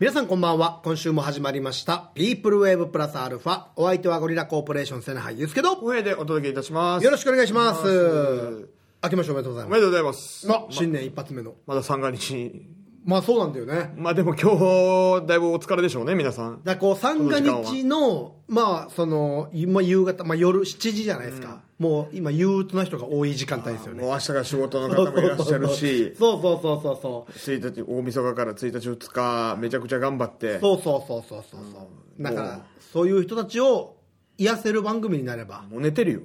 皆さんこんばんは今週も始まりました「ピープルウェーブプラスアルファお相手はゴリラコーポレーションセナハイユースケと公平でお届けいたします。よろしくお願いしますお明けましておめでとうございめまでとうございます。すあ新年一発目のまだ三が日。まあそうなんだよねまあでも今日、だいぶお疲れでしょうね、皆さだん。からこう三が日のまあその今夕方、まあ、夜7時じゃないですか、もう今憂鬱な人が多い時間帯ですよねもう明日が仕事の方もいらっしゃる し、そうそうそうそうそう1日、大晦日から1日、2日、めちゃくちゃ頑張って、そうそうそうそうそうそうだからそういう人たちを癒せる番組になればもう寝てるよ、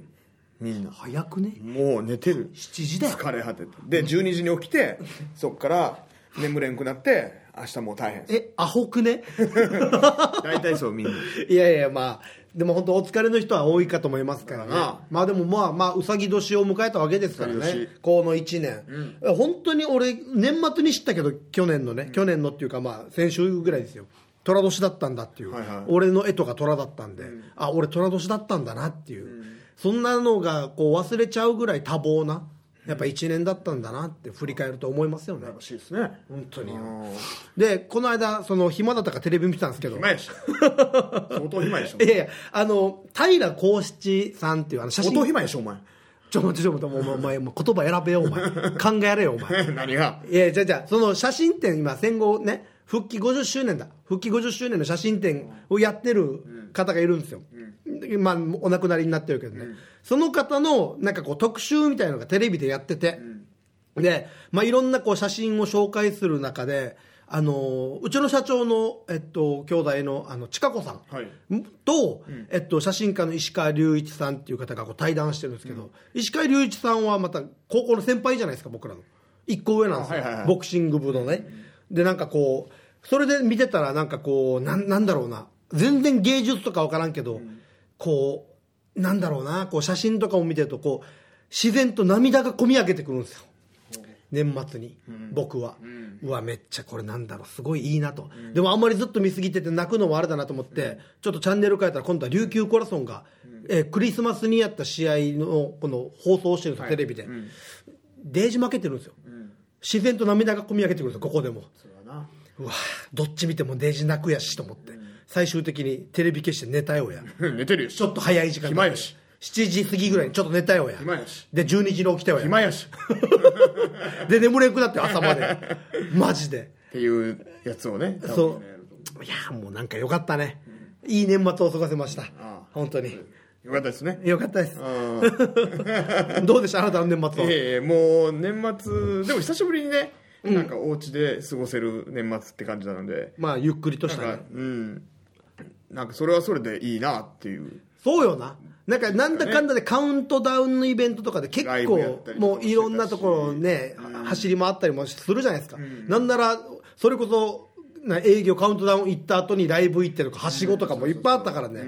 みんな。早くねもう寝てる。 7時だよ疲れ果てて。で、12時に起き て、そっから眠れんくなって、明日もう大変。えアホくね 大体そう、みんな。いやいやまあでも本当お疲れの人は多いかと思いますからねああまあでもまあまあうさぎ年を迎えたわけですからうさぎね年この1年、本当に俺年末に知ったけど去年のね、去年のっていうかまあ先週ぐらいですよ虎年だったんだっていう、はいはい俺の絵とか虎だったんで、あ俺虎年だったんだなっていう、そんなのがこう忘れちゃうぐらい多忙なやっぱ1年だったんだなって振り返ると思いますよね、しいですね。本当にうんでこの間その暇だったからテレビ見てたんですけど暇や し。相当暇やし。いやいや、あの、平幸七さんっていうあの写音真。暇やしお前ちょ、待って、ちょ、待って、もう、お前、もう言葉選べよ、お前。考えれよ、お前。 何がいや、じゃあじゃあその写真展、今、戦後ね、復帰50周年だ。復帰50周年の写真展をやってる方がいるんですよ。でまあ、お亡くなりになってるけどね。その方の、なんかこう、特集みたいなのがテレビでやってて。で、まあ、いろんなこう、写真を紹介する中で、あの、うちの社長の、えっと、兄弟の、あの、ちかこさん。はいと、えっと、写真家の石川隆一さんっていう方がこう対談してるんですけど、石川隆一さんはまた高校の先輩じゃないですか僕らの一個上なんですよ、あはいはいはいボクシング部のね、でなんかこうそれで見てたらなんかこうなんなんだろうな全然芸術とか分からんけど、こうなんだろうなこう写真とかを見てるとこう自然と涙がこみ上げてくるんですよ年末に、僕は、うわめっちゃこれなんだろうすごいいいなと、でもあんまりずっと見過ぎてて泣くのもあれだなと思って、ちょっとチャンネル変えたら今度は琉球コラソンが、えークリスマスにやった試合のこの放送をしてるんですよ、テレビで、デージ負けてるんですよ、自然と涙がこみ上げてくるんですよここでもうわどっち見てもデージ泣くやしと思って、最終的にテレビ消して寝たよや寝てるよちょっと早い時間だ暇やし7時過ぎぐらいにちょっと寝たよや暇やしで12時に起きたよや暇やしっで眠れんくなって朝ま でマジでていうやつをねそういやーもうなんか良かったね、いい年末を過ごせました、ああ本当によかったですね良かったですう んどうでしたあなたの年末は、ええもう年末でも久しぶりにねなんかお家で過ごせる年末って感じなのでまあゆっくりとしたなんねかうんなんかそれはそれでいいなっていうそうよななんかなんだかんだでカウントダウンのイベントとかで結ライブやっ構たりとかももういろんなところね走り回ったりもするじゃないですか、なんならそれこそな営業カウントダウン行った後にライブ行ってとかはしごとかもいっぱいあったからね、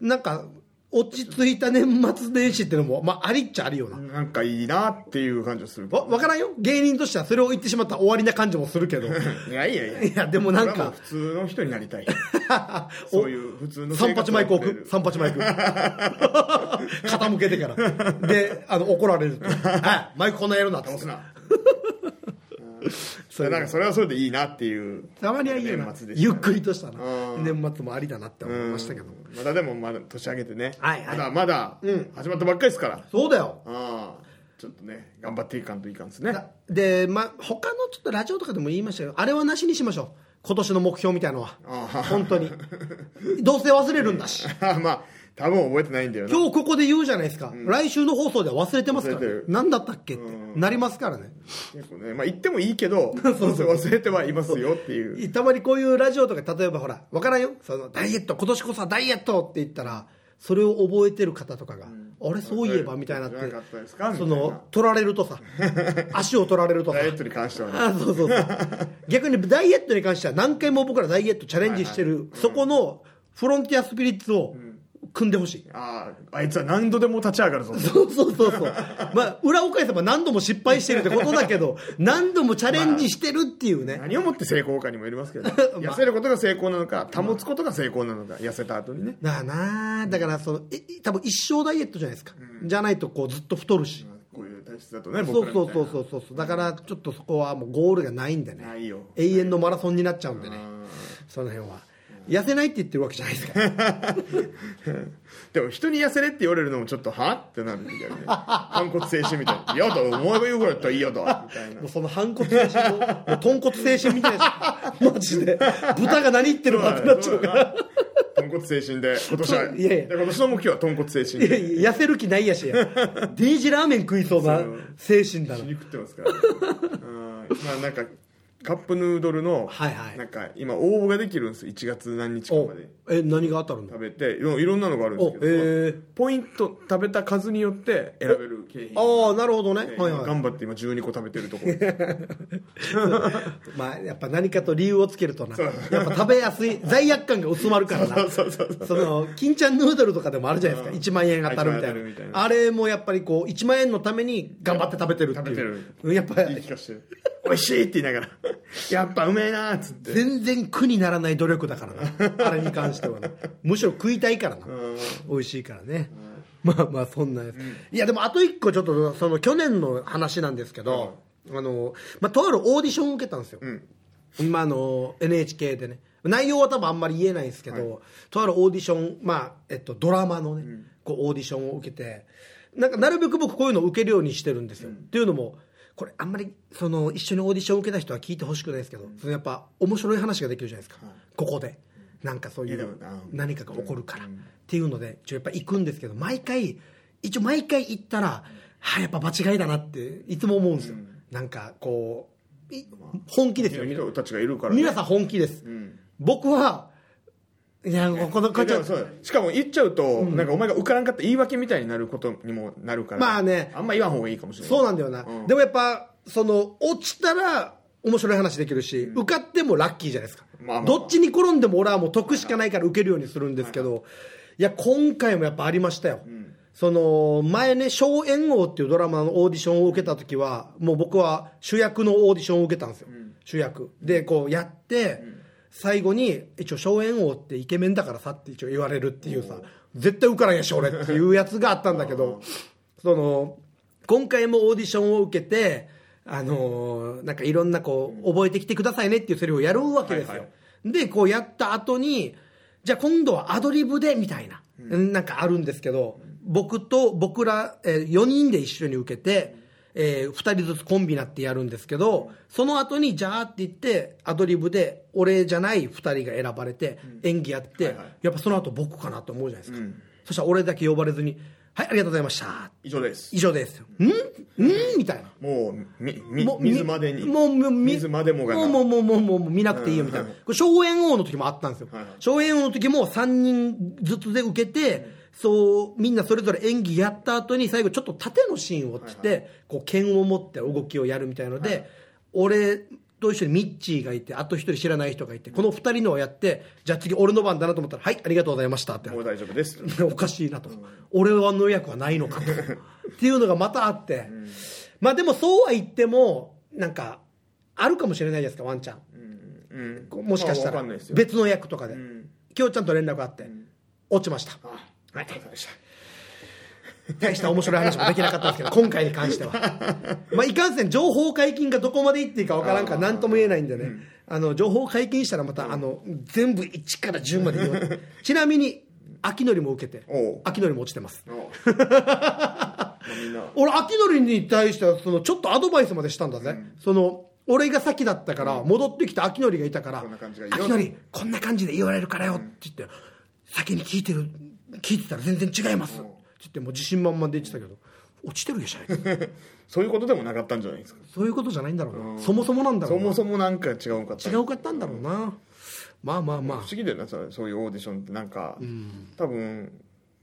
なんか落ち着いた年末年始ってのも、まあ、ありっちゃありよな、なんかいいなっていう感じがするわ分からんよ芸人としてはそれを言ってしまったら終わりな感じもするけどいやいやいやいやでもなん俺はもかう普通の人になりたいそういう普通 の三八マイク置生活を送れく三る八マイク 傾けてからであの怒られるとはいマイクこんなやるなって倒すなそういうなんかそれはそれでいいなっていうたまにはいいよな年末でしたゆっくりとしたなうん年末もありだなって思いましたけどうんまだでもまだ年上げてね、はいはいまだまだ始まったばっかりですから、そうだよああちょっとね頑張っていかんといかんですねだでまあ他のちょっとラジオとかでも言いましたけどあれはなしにしましょう今年の目標みたいのはああ本当にどうせ忘れるんだし まあ多分覚えてないんだよな今日ここで言うじゃないですか、来週の放送では忘れてますから、忘れてねる、何だったっけってなりますからね結構ねまあ言ってもいい けど忘れてはいますよっていうたまにこういうラジオとか例えばほらわからんよそのダイエット今年こそはダイエットって言ったらそれを覚えてる方とかが、あれそういえばみたいになってなんかあったですかみたそいなの取られると さ足を取られるとさダイエットに関してはねあそうそうそう逆にダイエットに関しては何回も僕らダイエットチャレンジしてる、そこのフロンティアスピリッツを組んでほしい、あああいつは何度でも立ち上がるぞそうそうそうそうまあ裏岡井様何度も失敗してるってことだけど何度もチャレンジしてるっていうね、何をもって成功かにもよりますけど、 まあ痩せることが成功なのか保つことが成功なのか痩せた後にねだなあだからそのえ多分一生ダイエットじゃないですか、じゃないとこうずっと太るし、こういう体質だとね僕そうらみたそいうなそうそうそうだからちょっとそこはもうゴールがないんでねないよ永遠のマラソンになっちゃうんでねその辺は痩せないって言ってるわけじゃないですからでも人に痩せれって言われるのもちょっとはってなるみたいなね 反骨精神みたいな「嫌だお前が言うからだったら嫌だ」みたいなもうその反骨精神ももう豚骨精神みたい なマジで豚が何言ってるのかってなっちゃうからら豚骨精神で今年はいやいや今年の目標は豚骨精神いやでいや痩せる気ないやしやデイジラーメン食いそうな精神だ死なに食ってますから、ね、うんまあなんかカップヌードルの、はいはいなんか今応募ができるんですよ1月何日かおまでえ何が当たるの食べていろいろんなのがあるんですけど、おへえポイント食べた数によって選べる景品ああなるほどねではいはい頑張って今12個食べてるところですまあやっぱ何かと理由をつけるとなやっぱ食べやすい罪悪感が薄まるからな そうそうそうその金ちゃんヌードルとかでもあるじゃないですか1万円当たるみた一万円当たるみたいいななあれもやっぱりこう1万円のために頑張って食べてるっていう食べうんやっぱ言い聞かしてる 美味しいって言いながらやっぱうめえなーっつって全然苦にならない努力だから なあれに関してはねむしろ食いたいからな美味しいからねまあまあそんなやつ、いやでもあと一個ちょっとその去年の話なんですけど、あのまあ、とあるオーディションを受けたんですよ、まあ、あの NHK でね内容は多分あんまり言えないんですけど、とあるオーディション、まあえっと、ドラマのね、こうオーディションを受けてなんかなるべく僕こういうのを受けるようにしてるんですよ、っていうのもこれあんまりその一緒にオーディションを受けた人は聞いてほしくないですけど、そのやっぱ面白い話ができるじゃないですか、ここでなんかそういいやでうもな何かが起こるから、っていうのでちょやっぱ行くんですけど毎回一応毎回行ったら、はあやっぱ間違いだなっていつも思うんですよ、なんかこうい本気ですよ人たちがいるからね皆さん本気です、ん僕はいやこのいやこでもそうしかも言っちゃうと、なんかお前が受からんかった言い訳みたいになることにもなるからまあねあんま言わん方がいいかもしれないそうなんだよな、うんでもやっぱその落ちたら面白い話できるし、受かってもラッキーじゃないですか、まあまあまあどっちに転んでも俺はもう得しかないから受けるようにするんですけど、いや今回もやっぱありましたよ、その前ね「小猿王」っていうドラマのオーディションを受けた時はもう僕は主役のオーディションを受けたんですよ、主役でこうやって、最後に一応「小猿王」ってイケメンだからさって一応言われるっていうさ絶対受からんやし俺っていうやつがあったんだけどその今回もオーディションを受けて、あのーなんかいろんなこう、覚えてきてくださいねっていうセリフをやるわけですよ。はいはで、こうやった後に、じゃあ今度はアドリブでみたいな、なんかあるんですけど、僕と僕ら、え4人で一緒に受けて、え2人ずつコンビになってやるんですけど、その後にじゃあって言って、アドリブで俺じゃない2人が選ばれて、演技やって、はいやっぱその後僕かなと思うじゃないですか。そしたら俺だけ呼ばれずに、はい、ありがとうございました。以上です以上です。んんみたいな。もうみみもう水までにもうもうみ水までもがなもうもうもうもうもう見なくていいよみたいな、これ荘園王の時もあったんですよはいはい荘園、王の時も3人ずつで受けて、そうみんなそれぞれ演技やった後に最後ちょっと縦のシーンをっつって、こう剣を持って動きをやるみたいので、俺と一緒にミッチーがいてあと一人知らない人がいてこの2人のをやってじゃあ次俺の番だなと思ったら「はいありがとうございました」ってもう大丈夫ですい やおかしいなと、俺はの役はないのかとっていうのがまたあって、まあでもそうは言ってもなんかあるかもしれないじゃないですかワンちゃん、うんこうもしかしたまあらわかんないですよ別の役とかで、ん今日ちゃんと連絡あって、落ちましたあありがとうございました大した面白い話もできなかったんですけ ど今回に関してはまあいかんせん情報解禁がどこまでいっていいかわからんから何とも言えないんでね、あの情報解禁したらまた、あの全部1から10まで言い ますちなみに秋のりも受けておう秋のりも落ちてます おうまあみんな 俺、秋のりに対しては、その、ちょっとアドバイスまでしたんだぜ。その、俺が先だったから、戻ってきた秋のりがいたから、こんな感じがいいよ秋のり、こんな感じで言われるからよって言って、先に聞いてる、聞いてたら全然違います。って言って、もう自信満々で言ってたけど、落ちてるやしゃい。そういうことでもなかったんじゃないですかそういうことじゃないんだろうな。そもそもなんだろそうなも。そもなんか違うんかった違うかったんだろうな。まあまあま不思議だよなそれそういうオーディションってなんか、多分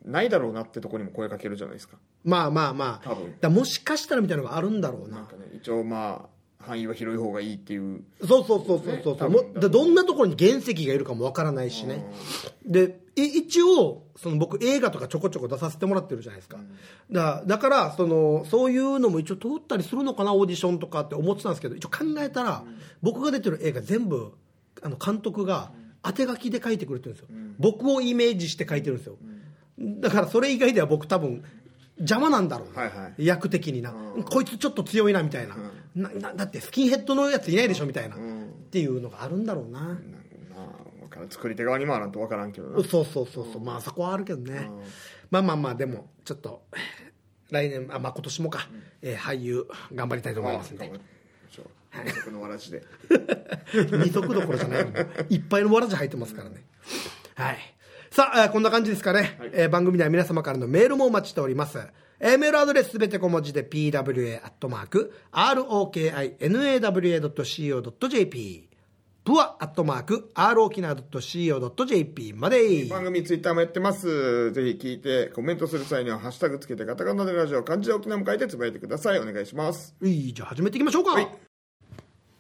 ないだろうなってとこにも声かけるじゃないですかあ。まあまあまあ。多分だもしかしたらみたいなのがあるんだろうなんな。かね一応まあ範囲は広い方がいいっていうそうそうそうそうそうそう、ね多も分でどんなところに原石がいるかもわからないしねでい一応その僕映画とかちょこちょこ出させてもらってるじゃないですか、だだからそのそういうのも一応通ったりするのかなオーディションとかって思ってたんですけど一応考えたら、僕が出てる映画全部あの監督が当て書きで書いてくれてるんですよ、僕をイメージして書いてるんですよ、だからそれ以外では僕多分邪魔なんだろうな、はいはい役的にな、こいつちょっと強いなみたいな,、ななだってスキンヘッドのやついないでしょみたいな、っていうのがあるんだろうな、なんかなまあ作り手側にもあなんて分からんけどなそうそうそうそう、まあそこはあるけどね、まあまあまあでもちょっと来年あまあ今年もか、えー俳優頑張りたいと思いますんでそう僕のわらじで二足どころじゃないもんいっぱいのわらじ入ってますからねはいさあ、えーこんな感じですかね、えー番組では皆様からのメールもお待ちしておりますえーメールアドレスすべて小文字で pwa.rokinawa.co.jp プアアットマーク rokina.co.jp まで番組ツイッターもやってますぜひ聞いてコメントする際には「ハッシュタグつけてカタカナでラジオ」漢字で沖縄も書いてつぶやいてくださいお願いしますはい、じゃあ始めていきましょうか。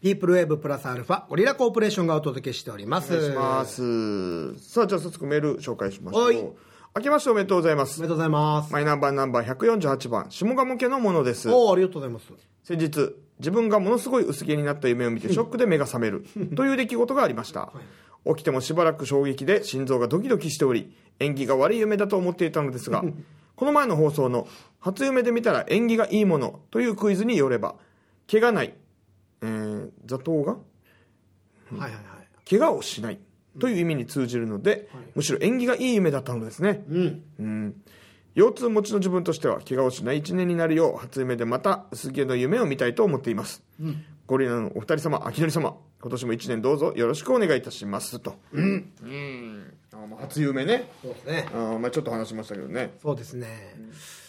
ピープルウェーブプラスアルファ、ゴリラコーポレーションがお届けしております。お願いしますさあじゃあ早速メール紹介しましょはいう明けましておめでとうございまおすめでとうございます。マイナンバーナンバー148番下鴨家のものですおーありがとうございます。先日自分がものすごい薄毛になった夢を見てショックで目が覚めるという出来事がありました起きてもしばらく衝撃で心臓がドキドキしており縁起が悪い夢だと思っていたのですがこの前の放送の「初夢で見たら縁起がいいもの」というクイズによれば毛がない、えー、座頭がはいはいはい。怪我をしないという意味に通じるので、むしろ縁起がいい夢だったのですね、うん。うん腰痛持ちの自分としては怪我をしない一年になるよう初夢でまた薄毛の夢を見たいと思っています、ゴリラのお二人様秋典様今年も一年どうぞよろしくお願いいたしますとうん、あまあ初夢ねそうですね。あーまあちょっと話しましたけどねそうですね。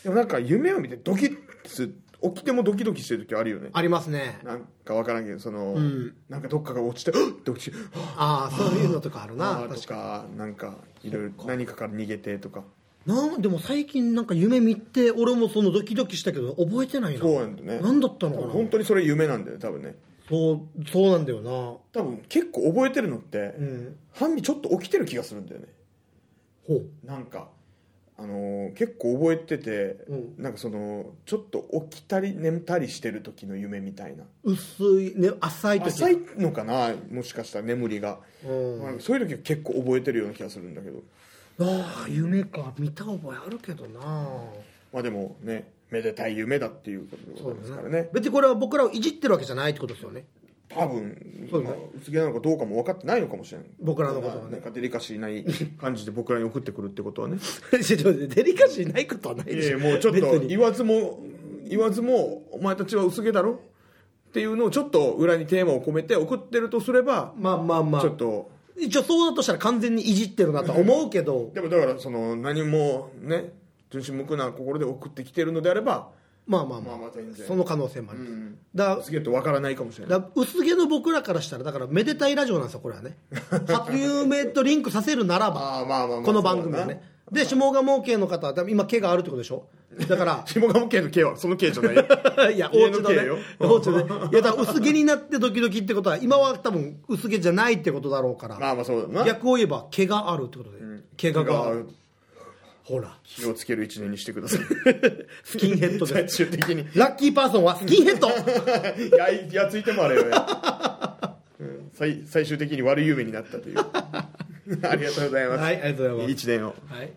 でもなんか夢を見てドキッす起きてもドキドキしてる時あるよねありますね。なんかわからんけどその、んなんかどっかが落ちて「はっ!」って落ちて「はっああ、そういうのとかあるな。あー」と確かかなんかいろいろ何かから逃げてとかに。なんでも最近なんか夢見て、俺もそのドキドキしたけど、覚えてないな。そうなんだね何だったのかな本当にそれ夢なんだよね多分ねそう、そうなんだよな。多分結構覚えてるのって、うん。半身ちょっと起きてる気がするんだよねほう。なんか、あのー結構覚えてて、うなんかそのちょっと起きたり眠たりしてる時の夢みたいな薄い、ね、浅い時。浅いのかなもしかしたら眠りが、うん。なんかそういう時は結構覚えてるような気がするんだけどああ、夢か。見た覚えあるけどな。まあでもねめでたい夢だっていうことでございますからね別にこれは僕らをいじってるわけじゃないってことですよね 多分そうだまあね薄毛なのかどうかも分かってないのかもしれない僕らのことはねなんかデリカシーない感じで僕らに送ってくるってことはねちょっと待ってデリカシーないことはないいでやいしやょもうちょっと別に言わずも言わずもお前たちは薄毛だろっていうのをちょっと裏にテーマを込めて送ってるとすればまあまあまちょっあと一応そうだとしたら完全にいじってるなとは思うけどでもだからその何もね純真無垢な心で送ってきてるのであればまあまあままああまあ全然その可能性もある、だ薄毛とわからないかもしれないだ薄毛の僕らからしたらだからめでたいラジオなんですよこれは ね初夢とリンクさせるならばああまあまあまあこの番組はねで下鴨系の方は多分今毛があるってことでし ょだから下鴨系の系はその系じゃ ないよいや、お家うちのの系ねよ。おうちのね。いや、だから薄毛になってドキドキってことは、今は多分薄毛じゃないってことだろうから。まあまあそうだな逆を言えば毛があるってことで、毛ががあるほら気をつける一年にしてくださいスキンヘッ ド最で終的にラッキーパーソンはスキンヘッ ドいやいやついてもあれよ、うん最最終的に悪い夢になったという ありがとうございます、はいありがとうございます一年をはい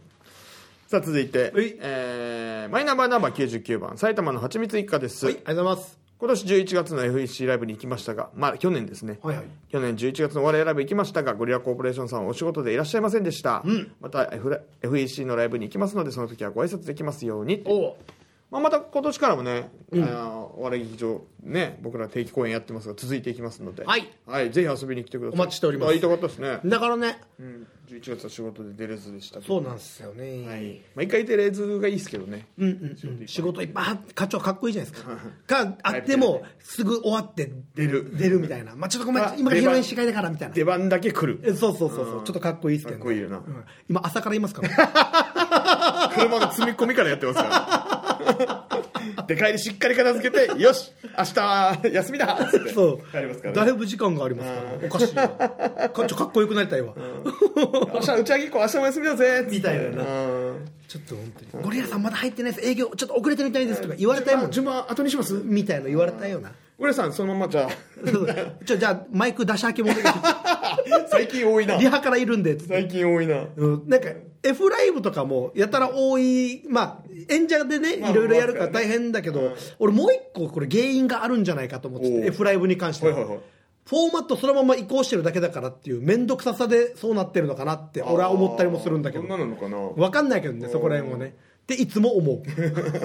さあ続いてはい、えーマイナンバーナンバー99番埼玉のはちみつ一家です、はいありがとうございます今年11月の FEC ライブに行きましたがまあ去年ですね、はいはい去年11月の我々ライブ行きましたがゴリラコーポレーションさんはお仕事でいらっしゃいませんでした、また F- FEC のライブに行きますのでその時はご挨拶できますようにおまあ、また今年からもね、あのお笑い劇場ね僕ら定期公演やってますが続いていきますのでははい、ぜひ遊びに来てくださいお待ちしておりますあいいとこだったですね、だからねうん、11月は仕事で出れずでしたけどそうなんですよね、はいまあ、一回出れずがいいですけどね、うんうんうん、仕事いっぱいあ課長かっこいいじゃないですかかあってもすぐ終わって出る出るみたいな、まあ、ちょっとごめあん今出ヒ番ロイン司会だからみたいな出番だけ来るえそうそうそうそうちょっとかっこいいですけど、かっこいいよなうん今朝からいますから 車の積み込みからやってます から出帰りしっかり片付けてよし明日休みだっつってそう帰りますから、だね、いぶ時間がありますから、おかしいな課長かっこよくなりたいわ、明日打ち上げ行こう明日も休みだぜっつってみたいなうんちょっと本当に、ゴリラさんまだ入ってないです営業ちょっと遅れてるみたいですとか言われたいもん順番後にしますみたいな言われたいよな俺さんそのままじゃあ ちょじゃあマイク出し開けもお願いしま 最近多いなすリハからいるんでつって最近多いなうんなんか F ライブとかもやたら多い、まあ、演者でね、まあいろいろやるからまあ大変だけど、俺もう一個これ原因があるんじゃないかと思っておうて F ライブに関してははいはいはいフォーマットそのまま移行してるだけだからっていう面倒くささでそうなってるのかなって俺は思ったりもするんだけどんなどなのかな分かんないけどねそこら辺はねっていつも思う ど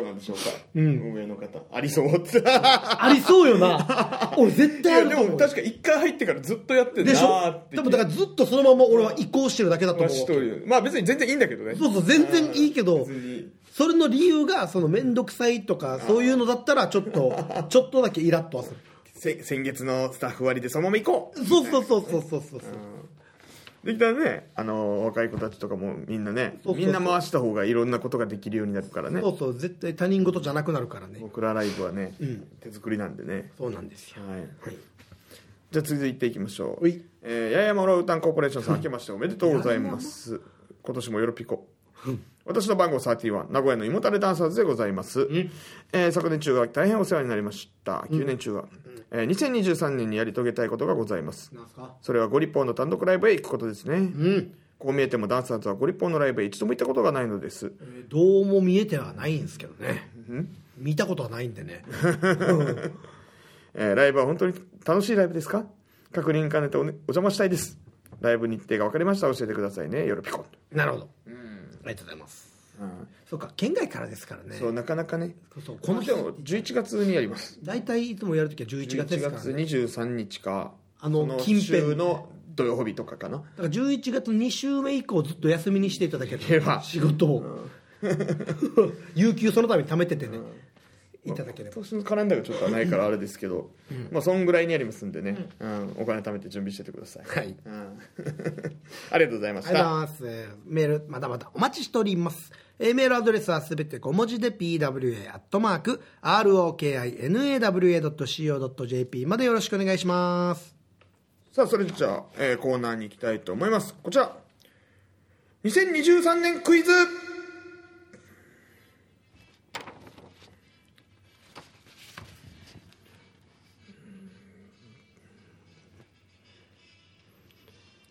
うなんでしょうか、運営の方ありそうっていありそうよな俺絶対あやるでと思うも確か一回入ってからずっとやってるでしなーょって多分だからずっとそのまま俺は移行してるだけだとまあ思うしとるまあ別に全然いいんだけどねそうそう全然いいけど別にそれの理由がその面倒くさいとかそういうのだったらちょっと ちょっとだけイラッとはするせ先月のスタッフ割でそのまま行こそうそうそうそうそうそううできたらねあの若い子たちとかもみんなねそうそうそうみんな回した方がいろんなことができるようになるからねそうそう絶対他人事じゃなくなるからね僕らライブはね、手作りなんでねそうなんですよはい、はいじゃあ続いていきましょうほいえー、八重山ロウタンコーポレーションさん明けましておめでとうございます今年もよろぴこ私の番号31名古屋の胃もたれダンサーズでございます、えー昨年中学大変お世話になりました9年中学、えー2023年にやり遂げたいことがございますなんすかそれはゴリポーの単独ライブへ行くことですね、こう見えてもダンサーズはゴリポーのライブへ一度も行ったことがないのですえーどうも見えてはないんですけどね見たことはないんでねえーライブは本当に楽しいライブですか確認兼ねてお,、ね、お邪魔したいですライブ日程が分かりましたら教えてくださいねよろぴこなるほどありがとうございますそうか県外からですからねそうなかなかねそうここのの日人も11月にやります大体いつもやるときは11月ですか11らね月23日かあのそ近辺週の土曜日とかかなだから11月2週目以降ずっと休みにしていただけいれけばば仕事を、 有給そのために貯めててね、いただければ今年のカレンダーがちょっとないからあれですけど、まあそんぐらいにやりますんでね、うんお金貯めて準備しててください、はいうん ありがとうございましありがとうございたます。メール、まだまだお待ちしております。えーメールアドレスはすべて小文字で pwa.rokinawa.co.jp までよろしくお願いします。さあそれじゃあ、えーコーナーに行きたいと思いますこちら2023年クイズ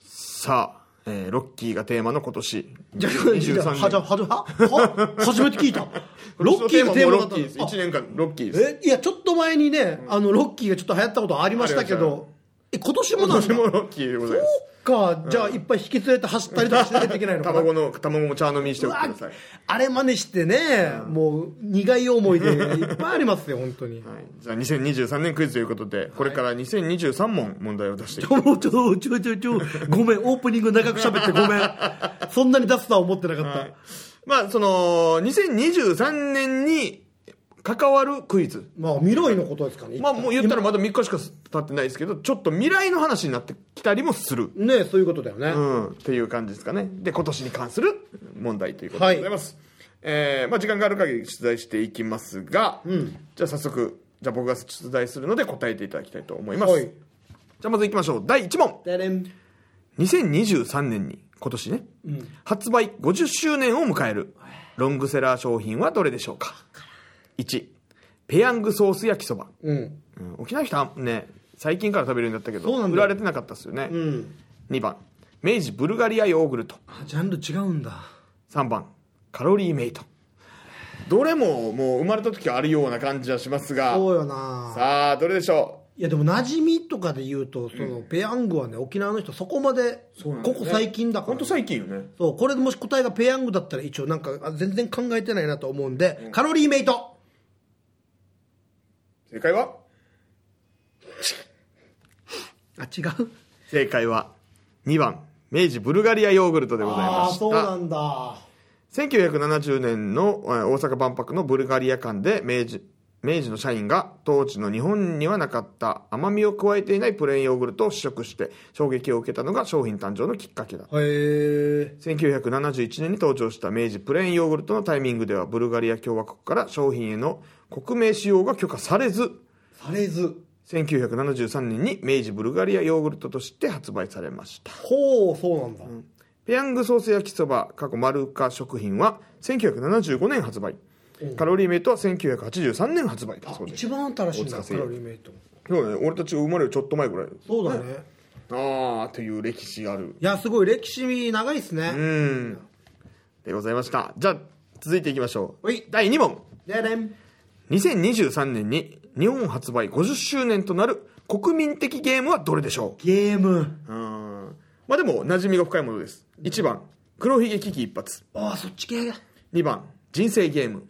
さあ、えーロッキーがテーマの今年じゃあ、じゃあ、は、じゃあ、は、 は、は初めて聞いた。ロッキーがテーマだったんです1年間ロッキーですえいやちょっと前にね、あのロッキーがちょっと流行ったことありましたけありましどえ今年も今なん年だもロッキーでございますかじゃあいっぱい引き連れて走ったりとかしないといけないのかな卵の卵も茶飲みにしてうおいてわくださいあれ真似してね、もう苦い思いでいっぱいありますよ本当にはい、じゃあ2023年クイズということでこれから2023問問題を出していく、もうちょちょちょちょごめんオープニング長く喋ってごめんそんなに出すとは思ってなかった、まあその2023年に関わるクイズまあ未来のことですかね、まあもう言ったらまだ3日しか経ってないですけどちょっと未来の話になってきたりもする、ねそういうことだよね、うん、っていう感じですかねで今年に関する問題ということでございます、えーまあ、時間がある限り出題していきますが、じゃあ早速じゃあ僕が出題するので答えていただきたいと思います、はいじゃあまずいきましょう第1問でれん2023年に今年ね、発売50周年を迎えるロングセラー商品はどれでしょうか1ペヤングソース焼きそば、うんうん沖縄の人はね最近から食べるようになったけそうどなんだ売られてなかったですよね、うん2番明治ブルガリアヨーグルトあジャンル違うんだ3番カロリーメイトどれももう生まれた時はあるような感じはしますがそうよなさあどれでしょいやでも馴染みとかで言うとその、ペヤングはね沖縄の人そこまでうなんだこよこね最近だうから、本当最近よねそうこれでもし答えがペヤングだったら一応なんかあ全然考えてないなと思うんで、カロリーメイト正解はあ違う正解は2番明治ブルガリアヨーグルトでございましたんだ1970年のえー大阪万博のブルガリア館で明治明治の社員が当時の日本にはなかった甘みを加えていないプレーンヨーグルトを試食して衝撃を受けたのが商品誕生のきっかけだへえ1971年に登場した明治プレーンヨーグルトのタイミングではブルガリア共和国から商品への国名使用が許可されずされず1973年に明治ブルガリアヨーグルトとして発売されましたほうそうなんだ、ペヤングソース焼きそば過去丸化食品は1975年発売カロリーメイトは1983年発売だあそうです一番新しいんだ大塚製カロリーメイトそうね俺たちが生まれるちょっと前ぐらいそうだねああという歴史あるいやすごい歴史長いですねうんでございましたじゃあ続いていきましょうほい第2問でれん2023年に日本発売50周年となる国民的ゲームはどれでしょゲームううーんまあでも馴染みが深いものです1番黒ひげ危機一発ああそっち系2番人生ゲーム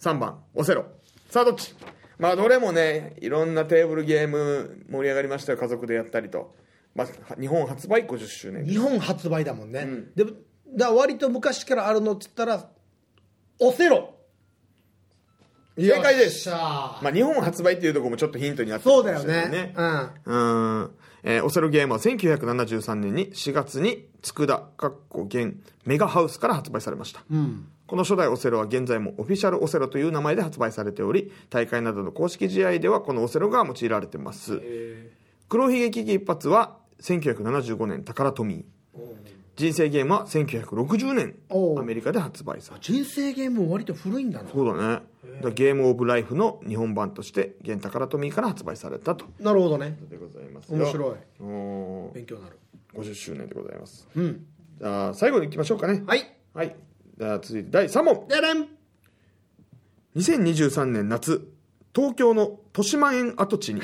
3番オセロさあどっちまあどれもねいろんなテーブルゲーム盛り上がりましたよ家族でやったりと、まあ、は日本発売50周年日本発売だもんね、でだ割と昔からあるのっつったらオセロ正解ですよっしゃーまあ、日本発売っていうところもちょっとヒントになってるそかうだよもしれないねうんうーん、えーオセロゲームは1973年に4月に佃かっこ現メガハウスから発売されました、この初代オセロは現在もオフィシャルオセロという名前で発売されており大会などの公式試合ではこのオセロが用いられてます黒ひげ危機一発は1975年宝富人生ゲームは1960年おうアメリカで発売された人生ゲームも割と古いんだなそうだねだからゲームオブライフの日本版として現宝富から発売されたとなるほどねでございますよ面白いおー勉強になる50周年でございますうんじゃあ最後に行きましょうかねはいはいじゃあ続いて第3問でれん2023年夏東京の豊島園跡地に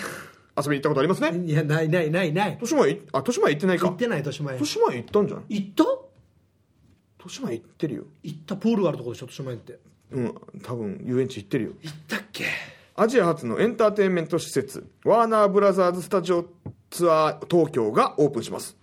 遊びに行ったことあります ねいやないないないない豊島園いあ豊島園行ってない行かってない豊島園豊島園行ったんじゃない行った豊島園行ってるよ行ったプールがあるとこでしょ豊島園ってうん多分遊園地行ってるよ行ったっけアジア初のエンターテインメント施設ワーナーブラザーズスタジオツアー東京がオープンします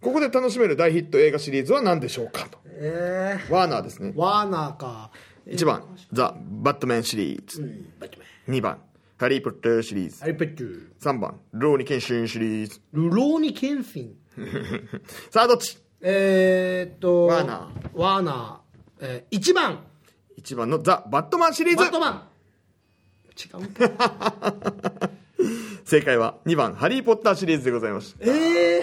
ここで楽しめる大ヒット映画シリーズは何でしょうかとえワーナーですねえワーナーか1番「ザ・バットマン」シリーズバットマン2番「ハリー・ポッター」シリーズアリペットゥ3番「ローニケンシン」シリーズルローニケンフィンさあどっちえー、っとワーナーワーナー、えー、1番 ?1 番の「ザ・バットマン」シリーバットズマン違うんか正解は2番「ハリー・ポッター」シリーズでございましたええ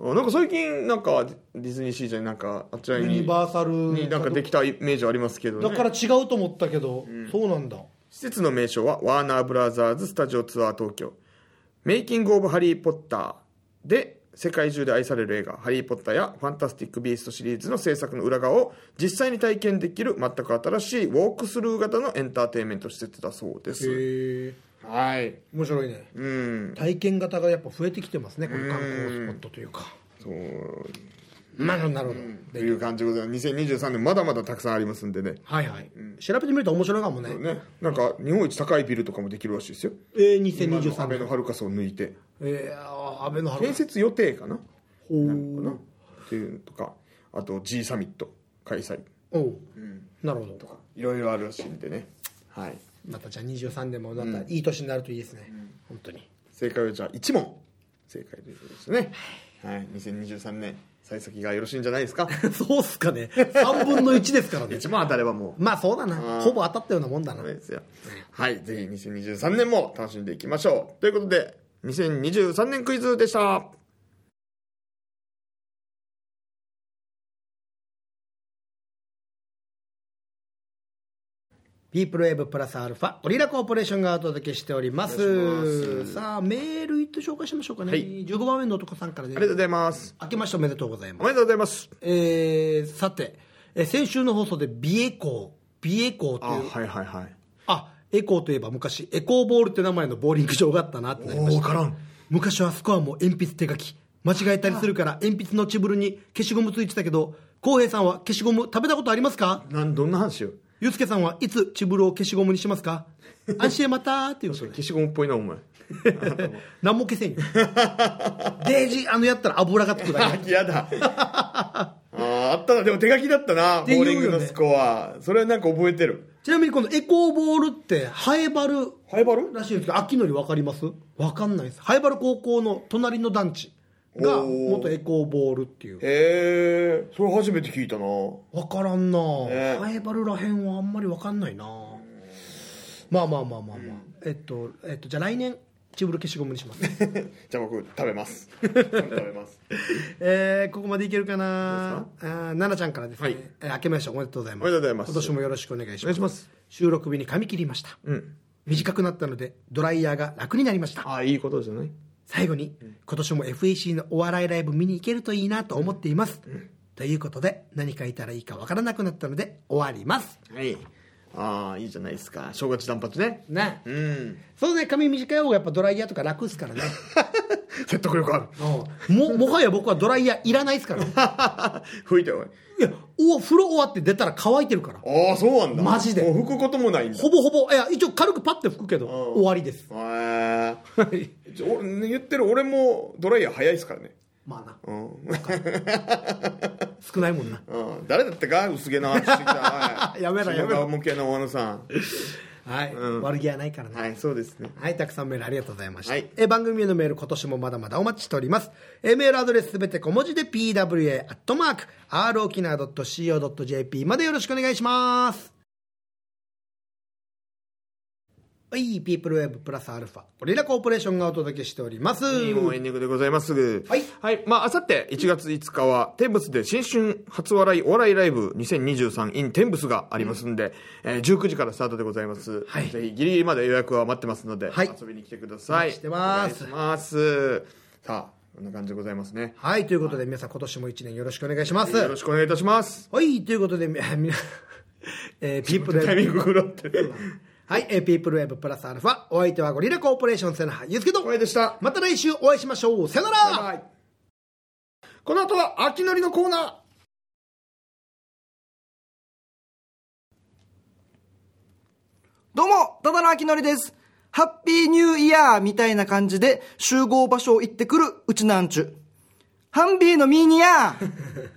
あなんか最近なんかディズニーシーじゃないなんかあちらユにニバーサルになんかできたイメージありますけど、ね、だから違うと思ったけど、そうなんだ施設の名称はワーナーブラザーズスタジオツアー東京メイキング・オブ・ハリー・ポッターで世界中で愛される映画「ハリー・ポッター」や「ファンタスティック・ビースト」シリーズの制作の裏側を実際に体験できる全く新しいウォークスルー型のエンターテインメント施設だそうですへえはい面白いねうん体験型がやっぱ増えてきてますねこの観光スポットというかそうなるほどなるほど、という感じでございます2023年まだまだたくさんありますんでねはいはい、調べてみると面白いかもねねなんか日本一高いビルとかもできるらしいですよえー、今の2023安倍の年ハルカスを抜いてえー、あー安倍の春建設予定かなほうかなっていうのとかあと G サミット開催おう、なるほどいろいろあるらしいんでね、はい、またじゃあ23でもまたいい年になるといいですね、本当に 正解はじゃあ1問正解ということですね、はい、2023年幸先がよろしいんじゃないですか そうっすかね3分の1ですからね1問当たればもうまあそうだなほぼ当たったようなもんだなダメですよはいぜひ2023年も楽しんでいきましょうということで2023年クイズでしたピープルウェーブプラスアルファオリラコーポレーションがお届けしておりますさあメール一っ紹介しましょうかね、はい15番目の男さんからでありがとうございます明けましておめでとうございおます、めでとうございますえー、さて、えー先週の放送で美エコー美エコーとあいうはいはいはいあエコーといえば昔エコーボールって名前のボーリング場があったなってなりましたおーわからん昔はスコアも鉛筆手書き間違えたりするから鉛筆のチブルに消しゴムついてたけど浩平さんは消しゴム食べたことありますかなんどんな話よゆうすけさんはいつチブルを消しゴムにしますか安心へまたっていうことで消しゴムっぽいなお前 何も消せんよデージあのやったら油がつく だけ嫌だあーあったなでも手書きだったなていうボよーねリングのスコアそれはなんか覚えてるちなみにこのエコーボールってハエバルハイバルらしいんですけど秋のり分かります分かんないですハエバル高校の隣の団地が元エコーボールっていうへえそれ初めて聞いたな分からんな、ねハエバルらへんはあんまり分かんないなまあまあまあまあまあ、えっと、えっと、じゃあ来年チブル消しゴムにします じゃあ僕食べます食べますえーここまでいけるかなあー奈々ちゃんからですね、はいえー明けましておめでとうございますおめでとうございます今年もよろしくお願いしまお願すいします収録日に髪切りました、うん短くなったのでドライヤーが楽になりましたああいいことじゃない最後に、今年も FEC のお笑いライブ見に行けるといいなと思っています、ということで何書いたらいいかわからなくなったので終わりますはいああいいじゃないですか正月断髪ねねうんそうね髪短い方がやっぱドライヤーとか楽ですからね 説得力あるうんももはや僕はドライヤーいらないですからね 吹いておいいやお風呂終わって出たら乾いてるからああそうなんだマジでもう吹くこともないんだほぼほぼいや一応軽くパッて拭くけどん終わりですへえちょおね言ってる俺もドライヤー早いですからねまあうん、な少ないもんなうん、誰だったか薄毛な話してきた やめろやめろ向けの大野さんはい、悪気はないからねはいそうですねはい、たくさんメールありがとうございました。はいえ番組へのメール、今年もまだまだお待ちしております。えメールアドレスすべて小文字で pwa.rokina.co.jp までよろしくお願いします。はい、ピープルウェブプラスアルファ、オリラコーポレーションがお届けしております。もうエンディングでございますぐはいまああさって1月5日は天仏で新春初笑いお笑いライブ 2023in 天仏がありますんで、えー19時からスタートでございます、はいぜひギリギリまで予約は待ってますので、はい遊びに来てくださおい待ちしてますお願いしますさあこんな感じでございますねはい、ということで皆さん今年も一年よろしくお願いします。よろしくお願いいたしますはい、ということで、み みなえー、ピープルウェブタイミング狂ってはい、えーピープルウェブプラスアルファ、お相手はゴリラコーポレーションセナハユースケとお、会いでしたまた来週お会いしましょう。さよならバイバイこの後は秋のりのコーナーどうも、ただのあきのりです。ハッピーニューイヤーみたいな感じで集合場所を行ってくるうちなんちゅ。ハンビーのミーニヤー